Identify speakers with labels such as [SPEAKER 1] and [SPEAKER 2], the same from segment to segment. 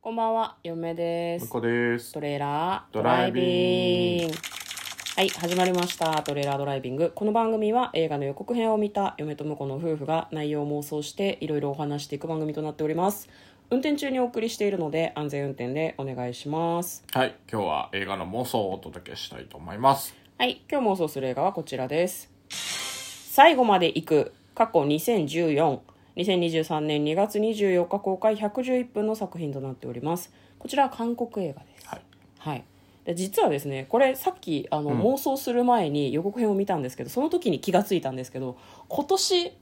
[SPEAKER 1] こんばんは、嫁で
[SPEAKER 2] 向
[SPEAKER 1] す
[SPEAKER 2] こ。うです
[SPEAKER 1] ト。レーラード
[SPEAKER 2] ド
[SPEAKER 1] ラ
[SPEAKER 2] ラ
[SPEAKER 1] イ
[SPEAKER 2] イ
[SPEAKER 1] ビ
[SPEAKER 2] ビ
[SPEAKER 1] ン
[SPEAKER 2] ン
[SPEAKER 1] グ。はい、始まりました。トレーラードライビング。この番組は映画の予告編を見た嫁と婿の夫婦が内容を妄想していろいろお話していく番組となっております。運転中にお送りしているので安全運転でお願いします。
[SPEAKER 2] はい、今日は映画の妄想をお届けしたいと思います。
[SPEAKER 1] はい、今日妄想する映画はこちらです。最後まで行く、過去2014、2023年2月24日公開111分の作品となっております。こちらは韓国映画です。
[SPEAKER 2] はい。
[SPEAKER 1] はい、で実はですねこれさっきあの、妄想する前に予告編を見たんですけどその時に気がついたんですけど今年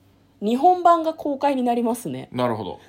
[SPEAKER 1] 日本版が公開になりますね
[SPEAKER 2] なるほど。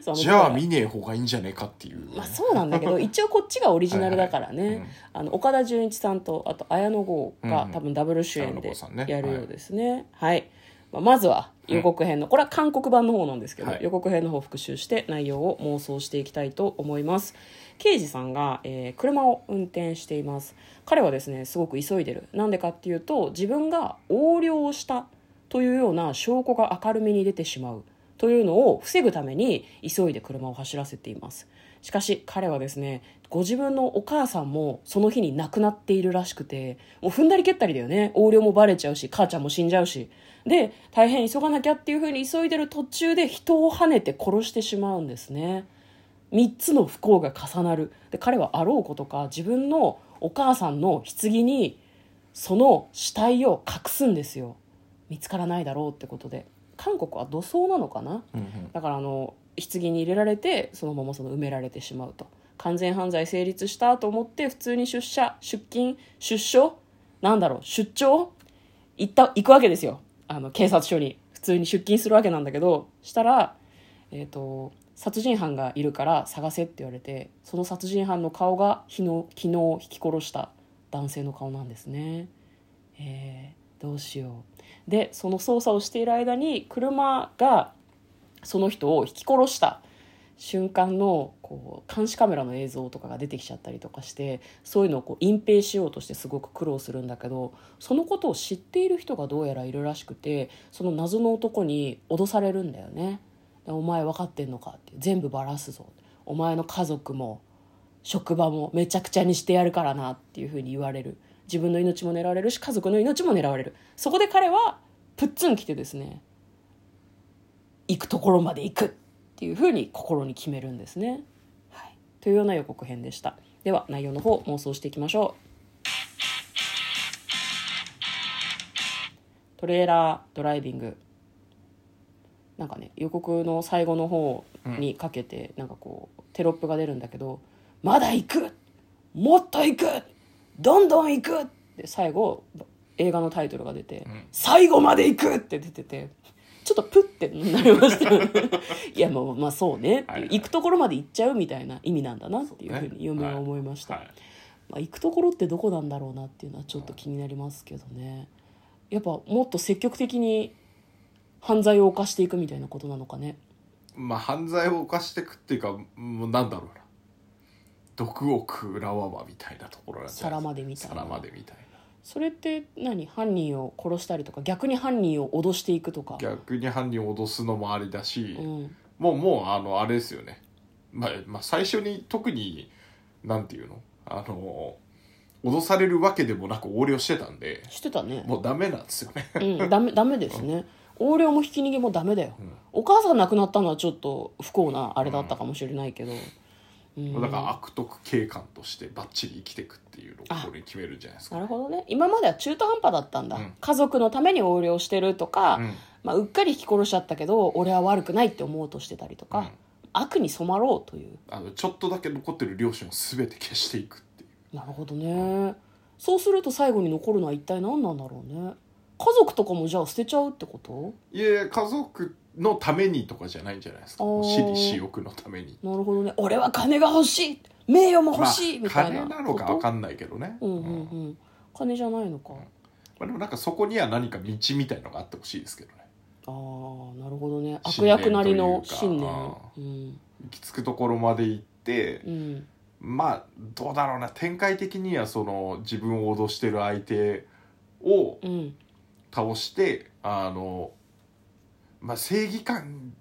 [SPEAKER 1] そうの
[SPEAKER 2] じゃあ見ねえ方がいいんじゃねえかっていう。
[SPEAKER 1] まあ、そうなんだ けど一応こっちがオリジナルだからね、
[SPEAKER 2] はいはいうん
[SPEAKER 1] あの岡田准一さんとあと綾野剛が
[SPEAKER 2] うん
[SPEAKER 1] 多分ダブル主演
[SPEAKER 2] 綾野
[SPEAKER 1] で
[SPEAKER 2] 剛さんね
[SPEAKER 1] やるようですね。はい、まあ、まずは予告編の、これは韓国版の方なんですけど、
[SPEAKER 2] はい
[SPEAKER 1] 予告編の方を復習して内容を妄想していきたいと思います刑事さんが、えー車を運転しています彼はですねすごく急いでるなんでかっていうと自分が横領をしたというような証拠が明るみに出てしまうというのを防ぐために急いで車を走らせていますしかし彼はですねご自分のお母さんもその日に亡くなっているらしくてもう踏んだり蹴ったりだよね横領もバレちゃうし母ちゃんも死んじゃうしで大変急がなきゃっていうふうに急いでる途中で人を跳ねて殺してしまうんですね3つの不幸が重なるで彼はあろうことか自分のお母さんの棺にその死体を隠すんですよ見つからないだろうってことで韓国は土葬なのかな
[SPEAKER 2] うんうん
[SPEAKER 1] だからあの棺に入れられてそのままその埋められてしまうと完全犯罪成立したと思って普通に出社出勤出所なんだろう出張行った行くわけですよあの警察署に普通に出勤するわけなんだけどしたら、えー、と殺人犯がいるから探せって言われてその殺人犯の顔が昨日昨日引き殺した男性の顔なんですね。えーどうしようでその捜査をしている間に車がその人を引き殺した瞬間のこう監視カメラの映像とかが出てきちゃったりとかしてそういうのをこう隠蔽しようとしてすごく苦労するんだけどそのことを知っている人がどうやらいるらしくてその謎の男に脅されるんだよね。でお前分かってんのかって全部バラすぞお前の家族も職場もめちゃくちゃにしてやるからなっていうふうに言われる自分の命も狙われるし家族の命も狙われるそこで彼はプッツン来てですね行くところまで行くっていうふうに心に決めるんですね、はい、というような予告編でしたでは内容の方妄想していきましょうトレーラードライビングなんかね予告の最後の方にかけて、なんかこうテロップが出るんだけど「まだ行くもっと行くどんどん行く!」って最後映画のタイトルが出て「
[SPEAKER 2] ん
[SPEAKER 1] 最後まで行く!」って出ててちょっとプッてなりましたよねいやまあまあそうねっていう、
[SPEAKER 2] はいはい
[SPEAKER 1] 行くところまで行っちゃうみたいな意味なんだなっていうふう
[SPEAKER 2] そうね
[SPEAKER 1] に嫁は思いました、
[SPEAKER 2] はい。
[SPEAKER 1] まあ、行くところってどこなんだろうなっていうのはちょっと気になりますけどねやっぱもっと積極的に犯罪を犯していくみたいなことなのかね
[SPEAKER 2] まあ犯罪を犯してくっていうか、もうなんだろうな。毒を食う浦和はみたいなところなんじゃ
[SPEAKER 1] 皿
[SPEAKER 2] ない
[SPEAKER 1] までみたいな
[SPEAKER 2] 皿までみたいな。
[SPEAKER 1] それって何犯人を殺したりとか逆に犯人を脅していくとか、
[SPEAKER 2] 逆に犯人を脅すのもありだし、
[SPEAKER 1] うん、
[SPEAKER 2] もうもうあのあれですよね、まあ、まあ最初に特になんていうのあの脅されるわけでもなく横領してたんで
[SPEAKER 1] してたね
[SPEAKER 2] もうダメなんですよね
[SPEAKER 1] うんダメダメですね横領もひき逃げもダメだよ、
[SPEAKER 2] ん
[SPEAKER 1] お母さん亡くなったのはちょっと不幸なあれだったかもしれないけど、うん
[SPEAKER 2] だから悪徳警官としてバッチリ生きていくっていうのをこれ決めるんじゃないですか、
[SPEAKER 1] なるほどね今までは中途半端だったんだ、
[SPEAKER 2] うん
[SPEAKER 1] 家族のために横領してるとか、
[SPEAKER 2] うん
[SPEAKER 1] まあ、うっかり引き殺しちゃったけど俺は悪くないって思おうとしてたりとか、
[SPEAKER 2] うん
[SPEAKER 1] 悪に染まろうという
[SPEAKER 2] あのちょっとだけ残ってる両親を全て消していくっていう
[SPEAKER 1] なるほどね、そうすると最後に残るのは一体何なんだろうね家族とかもじゃあ捨てちゃうってこと
[SPEAKER 2] いやいや家族のためにとかじゃないんじゃないですか
[SPEAKER 1] おー
[SPEAKER 2] 私利私欲のために
[SPEAKER 1] なるほどね俺は金が欲しい名誉も欲しい、みたいな
[SPEAKER 2] まあ、金なのか
[SPEAKER 1] こと
[SPEAKER 2] 分かんないけどね、
[SPEAKER 1] うんう
[SPEAKER 2] うんんま
[SPEAKER 1] うん金じゃないのか、
[SPEAKER 2] あ、でもなんかそこには何か道みたいのがあってほしいですけどね
[SPEAKER 1] ああなるほどね悪
[SPEAKER 2] 信念
[SPEAKER 1] 役なりの信
[SPEAKER 2] と
[SPEAKER 1] 念
[SPEAKER 2] 行き着くところまで行って
[SPEAKER 1] うん、うん、
[SPEAKER 2] まあどうだろうな展開的にはその自分を脅してる相手を
[SPEAKER 1] うん
[SPEAKER 2] 倒してあの、まあ、正義感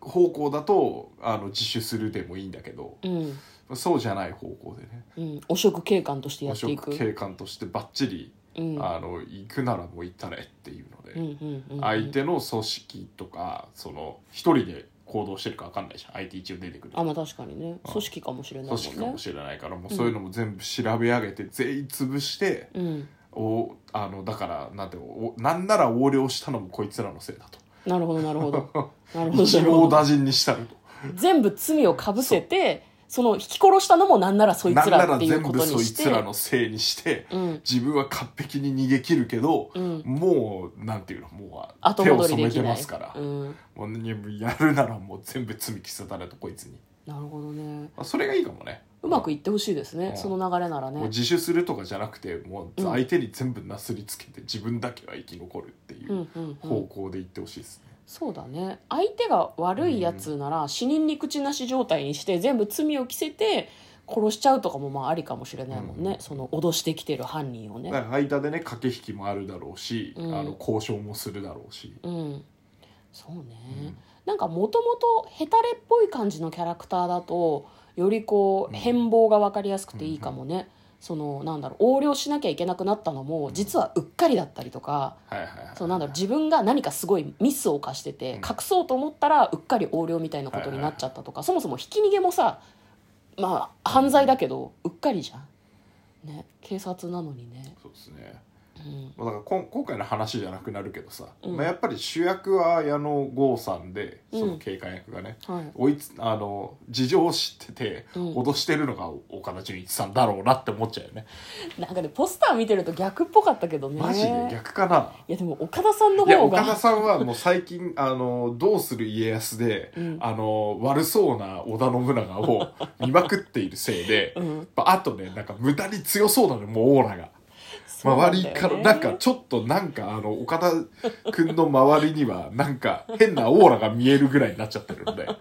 [SPEAKER 2] 方向だとあの自首するでもいいんだけど
[SPEAKER 1] うん
[SPEAKER 2] そうじゃない方向でね
[SPEAKER 1] うん、汚職警官としてや
[SPEAKER 2] 汚
[SPEAKER 1] ってい
[SPEAKER 2] 職
[SPEAKER 1] く。
[SPEAKER 2] 警官としてばっちり
[SPEAKER 1] うん
[SPEAKER 2] あの行くならもう行ったねっていうので、
[SPEAKER 1] うんうんうんうん
[SPEAKER 2] 相手の組織とかその一人で行動してるか分かんないじゃん相手一応出てくる
[SPEAKER 1] あまあ確かにね
[SPEAKER 2] うん
[SPEAKER 1] 組織かもしれないも
[SPEAKER 2] 組
[SPEAKER 1] んね
[SPEAKER 2] 織かもしれないからもうそういうのも全部調べ上げて全員潰して、
[SPEAKER 1] うん
[SPEAKER 2] おあのだからなんておなんなら横領したのもこいつらのせいだ と
[SPEAKER 1] なるほどなるほど なるほど
[SPEAKER 2] 一
[SPEAKER 1] なる
[SPEAKER 2] 応
[SPEAKER 1] ほど
[SPEAKER 2] 打尽にしたると
[SPEAKER 1] 全部罪をかぶせてその引き殺したのもなんならそい
[SPEAKER 2] な
[SPEAKER 1] つ
[SPEAKER 2] んな
[SPEAKER 1] らっ
[SPEAKER 2] ら
[SPEAKER 1] ていう
[SPEAKER 2] 全
[SPEAKER 1] こ
[SPEAKER 2] 部
[SPEAKER 1] とに
[SPEAKER 2] そい
[SPEAKER 1] して
[SPEAKER 2] つらのせいにして
[SPEAKER 1] うん
[SPEAKER 2] 自分は完璧に逃げ切るけど、
[SPEAKER 1] うん
[SPEAKER 2] もうなんていうのもう
[SPEAKER 1] 後
[SPEAKER 2] 手を
[SPEAKER 1] 戻り
[SPEAKER 2] 染
[SPEAKER 1] で
[SPEAKER 2] め
[SPEAKER 1] き
[SPEAKER 2] て
[SPEAKER 1] な
[SPEAKER 2] ま
[SPEAKER 1] い
[SPEAKER 2] すから、
[SPEAKER 1] うん、
[SPEAKER 2] もうややるならもう全部罪着せたれとこいつに、
[SPEAKER 1] なるほどね
[SPEAKER 2] まあ、それがいいかもね
[SPEAKER 1] うまくいってほしいですね、
[SPEAKER 2] うん
[SPEAKER 1] その流れなら
[SPEAKER 2] もう
[SPEAKER 1] ね
[SPEAKER 2] 自首するとかじゃなくてもう
[SPEAKER 1] うん
[SPEAKER 2] 相手に全部なすりつけて自分だけは生き残るっていううん
[SPEAKER 1] うんう
[SPEAKER 2] 方
[SPEAKER 1] ん、
[SPEAKER 2] 向でいってほしいですね、
[SPEAKER 1] そうだね相手が悪いやつなら死人に口なし状態にして全部罪を着せて殺しちゃうとかもまあありかもしれないもんね、
[SPEAKER 2] うん
[SPEAKER 1] その脅してきてる犯人をね、
[SPEAKER 2] だから間でね駆け引きもあるだろうし、
[SPEAKER 1] うん
[SPEAKER 2] あの交渉もするだろうし、
[SPEAKER 1] うんそうね、
[SPEAKER 2] うん
[SPEAKER 1] なんかもともとヘタレっぽい感じのキャラクターだとよりこう
[SPEAKER 2] うん
[SPEAKER 1] 変貌が分かりやすくていいかもね、そのなんだろう横領しなきゃいけなくなったのも実はうっかりだったりとか、
[SPEAKER 2] はいはいはい
[SPEAKER 1] そうなんだろう自分が何かすごいミスを犯してて
[SPEAKER 2] うん
[SPEAKER 1] 隠そうと思ったらうっかり横領みたいなことになっちゃったとか、そもそもひき逃げもさまあ犯罪だけどうっかりじゃん。ね、警察なのにね、
[SPEAKER 2] そうですね
[SPEAKER 1] うん、
[SPEAKER 2] まあだからこん今回の話じゃなくなるけどさ、
[SPEAKER 1] うん
[SPEAKER 2] まあ、やっぱり主役は矢野剛さんでそ
[SPEAKER 1] うん
[SPEAKER 2] の警官役がね、
[SPEAKER 1] はい、
[SPEAKER 2] 追いつあの事情を知ってて、
[SPEAKER 1] うん
[SPEAKER 2] 脅してるのが岡田准一さんだろうなって思っちゃうよね
[SPEAKER 1] なんかねポスター見てると逆っぽかったけどね
[SPEAKER 2] マジで逆かない
[SPEAKER 1] やでも岡田さんの
[SPEAKER 2] いや
[SPEAKER 1] 方が
[SPEAKER 2] 岡田さんはもう最近「あのどうする家康で」
[SPEAKER 1] うん
[SPEAKER 2] あの悪そうな織田信長を見まくっているせいで、
[SPEAKER 1] うん
[SPEAKER 2] あとねなんか無駄に強そうなのもうオーラが
[SPEAKER 1] そうなんだよ
[SPEAKER 2] 周り
[SPEAKER 1] ね
[SPEAKER 2] からなんかちょっとなんかあの岡田君の周りにはなんか変なオーラが見えるぐらいになっちゃってるん
[SPEAKER 1] そう
[SPEAKER 2] で
[SPEAKER 1] ね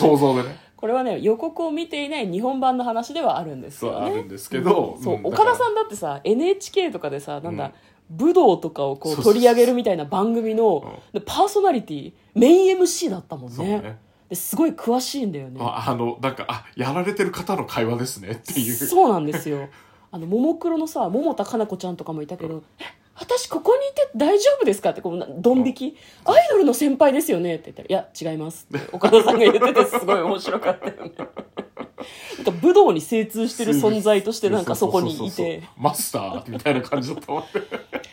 [SPEAKER 2] 想像でね
[SPEAKER 1] これはね予告を見ていない日本版の話ではあるんです
[SPEAKER 2] そう
[SPEAKER 1] よ
[SPEAKER 2] ある
[SPEAKER 1] ね
[SPEAKER 2] んですけど、
[SPEAKER 1] そう、
[SPEAKER 2] うん
[SPEAKER 1] 岡田
[SPEAKER 2] だか
[SPEAKER 1] さんだってさ NHK とかでさなんだ、
[SPEAKER 2] うん
[SPEAKER 1] 武道とかをこ
[SPEAKER 2] そううそうそう
[SPEAKER 1] 取り上げるみたいな番組のパーソナリティメイン MC だったも
[SPEAKER 2] ら
[SPEAKER 1] ん
[SPEAKER 2] そう
[SPEAKER 1] ね
[SPEAKER 2] ね
[SPEAKER 1] ですごい詳しいんだよね
[SPEAKER 2] ああのなんかあやられてる方の会話ですねっていう
[SPEAKER 1] そうなんですよあのももクロのさ桃田かな子ちゃんとかもいたけど「え私ここにいて大丈夫ですか?」ってこうなドン引き「アイドルの先輩ですよね」って言ったら「いや違います」って岡田さんが言っててすごい面白かったよね なんか武道に精通してる存在としてなんかそこに
[SPEAKER 2] そう
[SPEAKER 1] い
[SPEAKER 2] そうそう
[SPEAKER 1] て
[SPEAKER 2] そうマスターみたいな感じだったもんね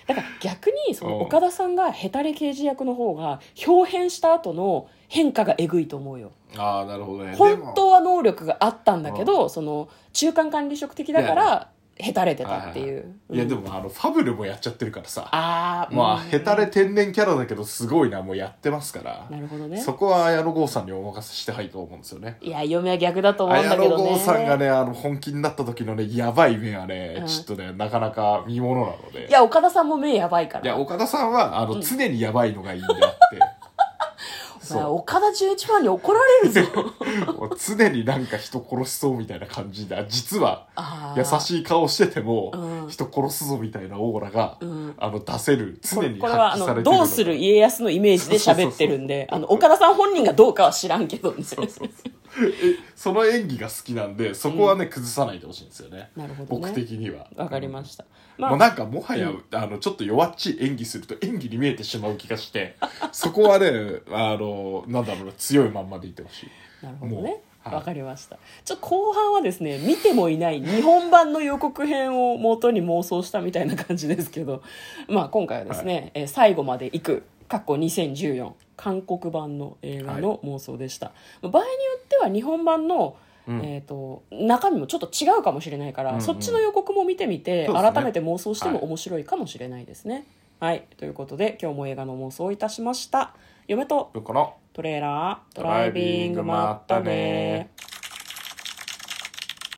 [SPEAKER 1] だから逆にその
[SPEAKER 2] うん
[SPEAKER 1] 岡田さんがヘタレ刑事役の方が表変した後の変化がえぐいと思うよ
[SPEAKER 2] ああなるほどね
[SPEAKER 1] 本当は能力があったんだけどその中間管理職的だからヘタれてたっていう
[SPEAKER 2] いやで
[SPEAKER 1] も
[SPEAKER 2] もあのファブルもやっちゃってるからさ
[SPEAKER 1] ああ
[SPEAKER 2] まあヘタレ天然キャラだけどすごいなもうやってますから
[SPEAKER 1] なるほどね
[SPEAKER 2] そこは綾野剛さんにお任せしてはいと思うんですよね
[SPEAKER 1] いや嫁は逆だと思うんだ
[SPEAKER 2] 綾
[SPEAKER 1] け
[SPEAKER 2] 野
[SPEAKER 1] どね
[SPEAKER 2] 剛さんがねあの本気になった時のねやばい目はね、
[SPEAKER 1] うん
[SPEAKER 2] ちょっとねなかなか見ものなので
[SPEAKER 1] いや岡田さんも目やばいか
[SPEAKER 2] いや
[SPEAKER 1] ら
[SPEAKER 2] 岡田さんはあの、常にやばいのがいいんであって
[SPEAKER 1] お前
[SPEAKER 2] そう
[SPEAKER 1] 岡田准一ファンに怒られるぞ
[SPEAKER 2] もう常になんか人殺しそうみたいな感じで実は
[SPEAKER 1] あー
[SPEAKER 2] 優しい顔してても、
[SPEAKER 1] うん
[SPEAKER 2] 人殺すぞみたいなオーラが、
[SPEAKER 1] うん
[SPEAKER 2] あの出せる
[SPEAKER 1] こ
[SPEAKER 2] 常
[SPEAKER 1] れ
[SPEAKER 2] に
[SPEAKER 1] これはあ
[SPEAKER 2] 発揮されて
[SPEAKER 1] の
[SPEAKER 2] る
[SPEAKER 1] どうする家康のイメージで喋ってるんであの岡田さん本人がどうかは知らんけどね
[SPEAKER 2] そうそうそうえその演技が好きなんでそこはね、崩さないでほしいんですよね
[SPEAKER 1] なるほどね
[SPEAKER 2] 僕的には
[SPEAKER 1] わかりましたまあ
[SPEAKER 2] まあ、もうなんかもはや、あのちょっと弱っちい演技すると演技に見えてしまう気がしてそこはねあのなんだろうな強いまんまでいてほしい
[SPEAKER 1] なるほどね
[SPEAKER 2] もうはい
[SPEAKER 1] わかりましたちょっと後半はですね見てもいない日本版の予告編を元に妄想したみたいな感じですけど、まあ、今回はですね、えー最後まで行く」かっこ2014韓国版の映画の妄想でした、場合によっては日本版の、
[SPEAKER 2] うん
[SPEAKER 1] えー、と中身もちょっと違うかもしれないから、
[SPEAKER 2] うんうん
[SPEAKER 1] そっちの予告も見てみて、
[SPEAKER 2] そうですね
[SPEAKER 1] 改めて妄想しても
[SPEAKER 2] はい
[SPEAKER 1] 面白いかもしれないですね。はい、ということで今日も映画の妄想をいたしました。嫁と
[SPEAKER 2] だから
[SPEAKER 1] トレーラード
[SPEAKER 2] ドライビングまったね